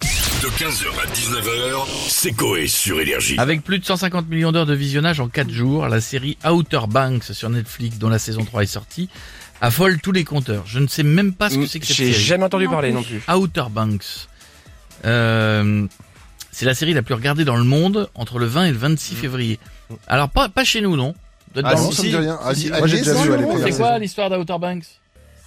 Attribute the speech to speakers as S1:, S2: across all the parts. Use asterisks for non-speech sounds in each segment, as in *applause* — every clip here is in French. S1: De 15h à 19h, c'est Coé sur Énergie.
S2: Avec plus de 150 millions d'heures de visionnage en 4 jours, la série Outer Banks sur Netflix, dont la saison 3 est sortie, affole tous les compteurs. Je ne sais même pas ce que c'est que cette
S3: J'ai
S2: série.
S3: jamais entendu parler non plus.
S2: Outer Banks. Euh, c'est la série la plus regardée dans le monde entre le 20 et le
S3: Mm.
S2: 26 février. Alors, pas, pas chez nous, non Dans
S4: Ah,
S2: le-
S4: non, ça me dit rien. Ah, si, moi, j'ai déjà
S5: si,
S4: vu à
S5: non,
S4: l'époque.
S2: C'est quoi l'histoire d'Outer Banks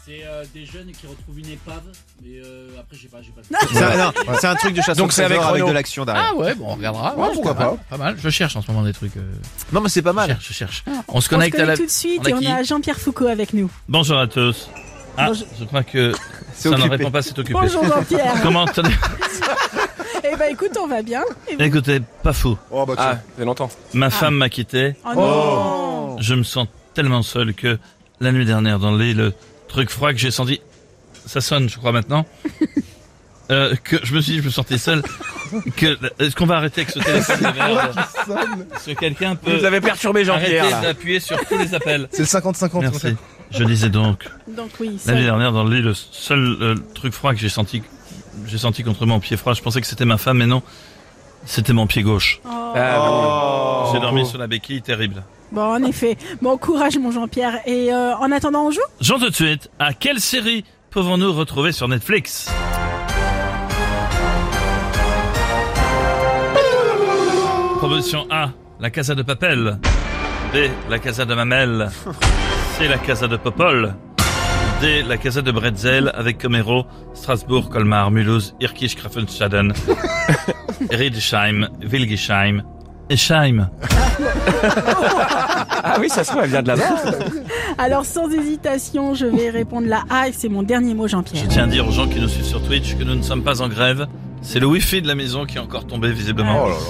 S6: C'est euh, des jeunes qui retrouvent une épave, mais euh, après, j'ai pas, j'ai pas.
S5: C'est un, non, c'est un truc de chasse
S3: Donc
S5: au
S3: c'est avec
S5: trésor avec,
S3: Renaud.
S5: de l'action derrière.
S2: Ah ouais, bon, on regardera.
S4: Ouais, pourquoi
S2: pas mal, Pas mal. Je cherche en ce moment des trucs. euh,
S5: non, mais c'est pas
S2: je
S5: mal.
S2: cherche, je cherche. On se
S7: On se
S2: connecte à la...
S7: connecte tout de suite
S2: on a
S7: et on
S2: qui
S7: a Jean-Pierre Foucault avec nous.
S8: Bonjour à tous. Ah, je crois que ça ne
S5: occupé.
S8: répond pas, c'est occupé.
S7: Bonjour
S2: *laughs*
S7: Jean-Pierre.
S8: Comment ça-
S7: eh ben écoute, on va bien. Et vous
S8: Écoutez, pas faux.
S4: Oh, bah,
S3: Ah,
S4: tiens.
S3: c'est longtemps.
S8: Ma femme m'a quitté.
S7: Oh non.
S8: Je me sens tellement seul que la nuit dernière, dans le lit, le truc froid que j'ai senti, ça sonne, je crois
S3: *laughs*
S8: maintenant, Euh, que je me suis dit, je me sentais seul. Que est-ce qu'on va arrêter
S3: *laughs*
S8: avec ce téléphone de merde Est-ce que quelqu'un peut
S3: Vous avez perturbé Jean-Pierre.
S8: arrêter
S3: là.
S8: d'appuyer sur tous les appels
S4: C'est le 50-50. en fait.
S8: Merci. Je disais donc.
S7: Donc oui, ça-
S2: hein.
S8: L'année dernière, dans le lit, le seul euh, truc froid que j'ai senti, j'ai senti contre mon pied froid, je pensais que c'était ma femme, mais non, c'était mon pied gauche.
S7: Oh.
S3: Ah,
S8: j'ai
S3: bon.
S8: dormi sur la béquille, terrible.
S7: Bon, en effet. Bon courage, mon Jean-Pierre. Et euh, en attendant, on joue
S8: Jean, tout de suite, à quelle série pouvons-nous retrouver sur Netflix Proposition A, La Casa de Papel. B, La Casa de Mamel. C, La Casa de Popol. D, La Casa de Bretzel avec comme héros Strasbourg, Colmar, Mulhouse, Irkisch, Grafenstaden, Riedesheim, Wilgesheim, Eschheim.
S3: Ah oui, ça se trouve, elle vient de là-bas.
S7: Alors sans hésitation, je vais répondre la A et c'est mon dernier mot,
S8: Je
S7: Jean-Pierre.
S8: tiens à dire aux gens qui nous suivent sur Twitch que nous ne sommes pas en grève. C'est le wifi de la maison qui est encore tombé visiblement.
S4: Oh là là.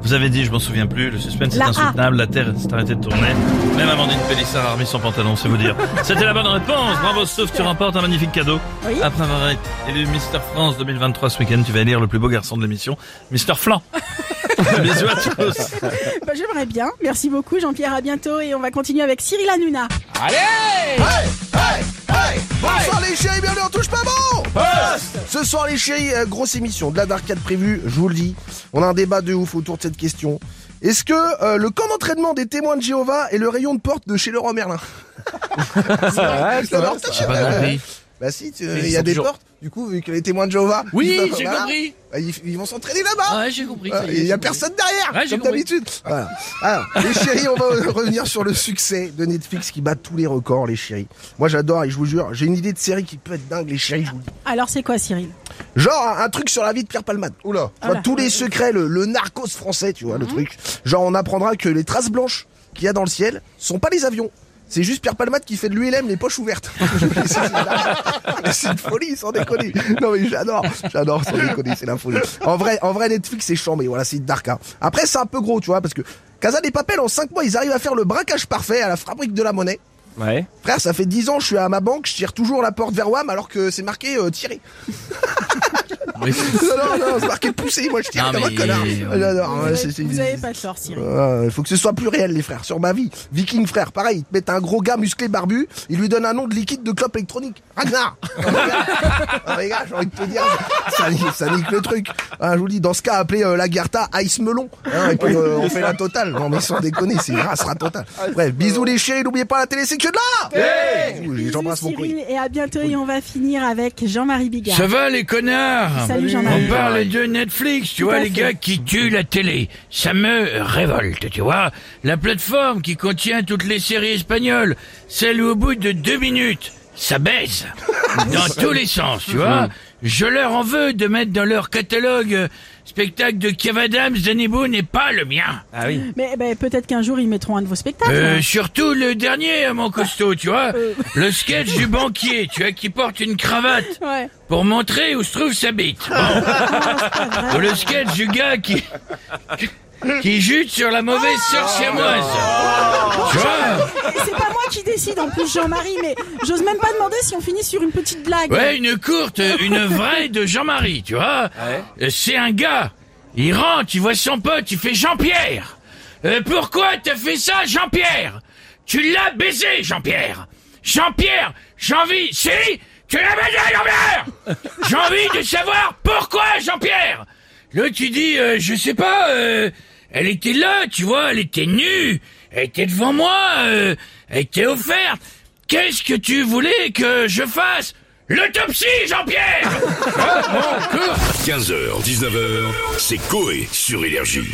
S8: Vous avez dit, je m'en souviens plus, le suspense est
S7: La A.
S8: insoutenable, la terre s'est arrêtée de tourner. Même Amandine Pélissard a remis son pantalon, c'est vous dire. C'était la bonne réponse. Bravo, sauf tu remportes un magnifique cadeau.
S7: Oui.
S8: Après avoir été élu Mister France 2023 ce week-end, tu vas élire le plus beau garçon de l'émission, Mister Flan. Bisous à tous.
S7: Bah, J'aimerais bien. Merci beaucoup, Jean-Pierre. À bientôt et on va continuer avec Cyril Hanouna.
S4: Bonsoir les chéris, bienvenue, on touche pas bon Ce soir les chéris, euh, grosse émission, de la d'arcade prévue, je vous le dis. On a un débat de ouf autour de cette question. Est-ce que euh, le camp d'entraînement des témoins de Jéhovah est le rayon de porte de chez Leroy Merlin
S3: Ouais, c'est
S4: Alors,
S3: vrai.
S4: t'as-
S2: J'ai pas compris.
S4: Bah si, tu-
S3: Mais
S4: il
S3: ils
S4: y a
S3: sont
S4: des
S3: toujours-
S4: portes, du coup, vu que les témoins de Jéhovah...
S2: Oui,
S4: ils-
S2: j'ai
S4: voilà,
S2: compris.
S4: bah, ils, ils vont s'entraîner là-bas
S2: Ouais, j'ai compris. ça y est,
S4: Il y a
S2: j'ai compris.
S4: personne derrière,
S2: Ouais, j'ai
S4: comme
S2: compris.
S4: d'habitude. Voilà. Alors, les chéris, on va *laughs* revenir sur le succès de Netflix qui bat tous les records, les chéris. Moi, j'adore et je vous jure, j'ai une idée de série qui peut être dingue, les chéris. Je vous... le dis.
S7: Alors c'est quoi, Cyril
S4: Genre un, un truc sur la vie de Pierre Palmade. Oula.
S7: Voilà.
S4: tous les secrets, le, le narcos français, tu vois, le truc. Genre, on apprendra que les traces blanches qu'il y a dans le ciel sont pas les avions. C'est juste Pierre Palmade qui fait de l'ULM les poches ouvertes. *laughs* Je me dis, c'est- c'est dingue. c'est une folie, sans déconner. Non mais j'adore, j'adore, sans déconner, c'est la folie. En vrai, en vrai Netflix c'est chiant, mais voilà, c'est dark. hein. Après c'est un peu gros, tu vois, parce que Casa des Papel en 5 mois ils arrivent à faire le braquage parfait à la fabrique de la monnaie.
S3: Ouais.
S4: Frère, ça fait 10 ans je suis à ma banque, je tire toujours la porte vers WAM alors que c'est marqué euh, tirer.
S2: Oui.
S4: *laughs* non, non, non, c'est marqué pousser, moi je tire
S2: Non,
S4: comme un
S2: mais-
S4: connard. J'adore,
S7: Vous
S4: Ah, ouais,
S7: avez-
S4: c'est- c'est- Euh,
S7: Vous avez pas tort, Cyril.
S4: il faut que ce soit plus réel, les frères, sur ma vie. Viking, frère, pareil, ils te mettent un gros gars musclé barbu, ils lui donnent un nom de liquide de clope électronique. Ragnar *laughs* Ah, les gars, ah, les gars, j'ai envie de te dire, ça, nique- ça nique le truc. Ah, je vous dis, dans ce cas, appelez euh, la Guerta Ice Melon. hein, et puis euh, on fait la totale. Non, mais sans déconner, c'est grâce la totale. Bref, bisous les chéris, n'oubliez pas la télé, c'est que de là Bisous,
S7: Bisous,
S4: J'embrasse mon colis.
S7: Cyril et à bientôt et on va finir avec Jean-Marie Bigard.
S2: Ça va les connards
S7: Salut
S2: On
S7: Jean-Marie.
S2: parle de Netflix, tu
S7: Tout
S2: vois,
S7: à
S2: les
S7: fait.
S2: gars qui tuent la télé. Ça me révolte, tu vois. La plateforme qui contient toutes les séries espagnoles, celle où au bout de deux minutes, ça baisse. Dans tous les sens, tu vois. Je leur en veux de mettre dans leur catalogue euh, spectacle de Kev Adams, Danny Boone et pas le mien.
S3: Ah oui.
S7: Mais ben, peut-être qu'un jour ils mettront un de vos spectacles.
S2: Euh, surtout le dernier, mon costaud, tu vois. Le sketch du banquier, tu vois, qui porte une cravate
S7: Ouais.
S2: pour montrer où se trouve sa bite. Bon. Ou le sketch du gars qui qui jute sur la mauvaise sœur siamoise. Tu vois
S7: Et C'est pas moi qui décide en plus Jean-Marie, mais j'ose même pas demander si on finit sur une petite blague.
S2: Ouais, une courte, une vraie de Jean-Marie, tu vois Euh, C'est un gars, il rentre, il voit son pote, il fait Jean-Pierre Euh, Pourquoi t'as fait ça, Jean-Pierre Tu l'as baisé, Jean-Pierre Jean-Pierre, j'ai envie... Si Tu l'as baisé, Jean-Pierre J'ai envie de savoir pourquoi, Jean-Pierre L'autre, il dit, euh, je sais pas, euh, elle était là, tu vois, elle était nue, elle était devant moi, euh, elle était offerte. Qu'est-ce que tu voulais que je fasse L'autopsie, Jean-Pierre
S1: 15h, 19h, c'est Coé sur Énergie.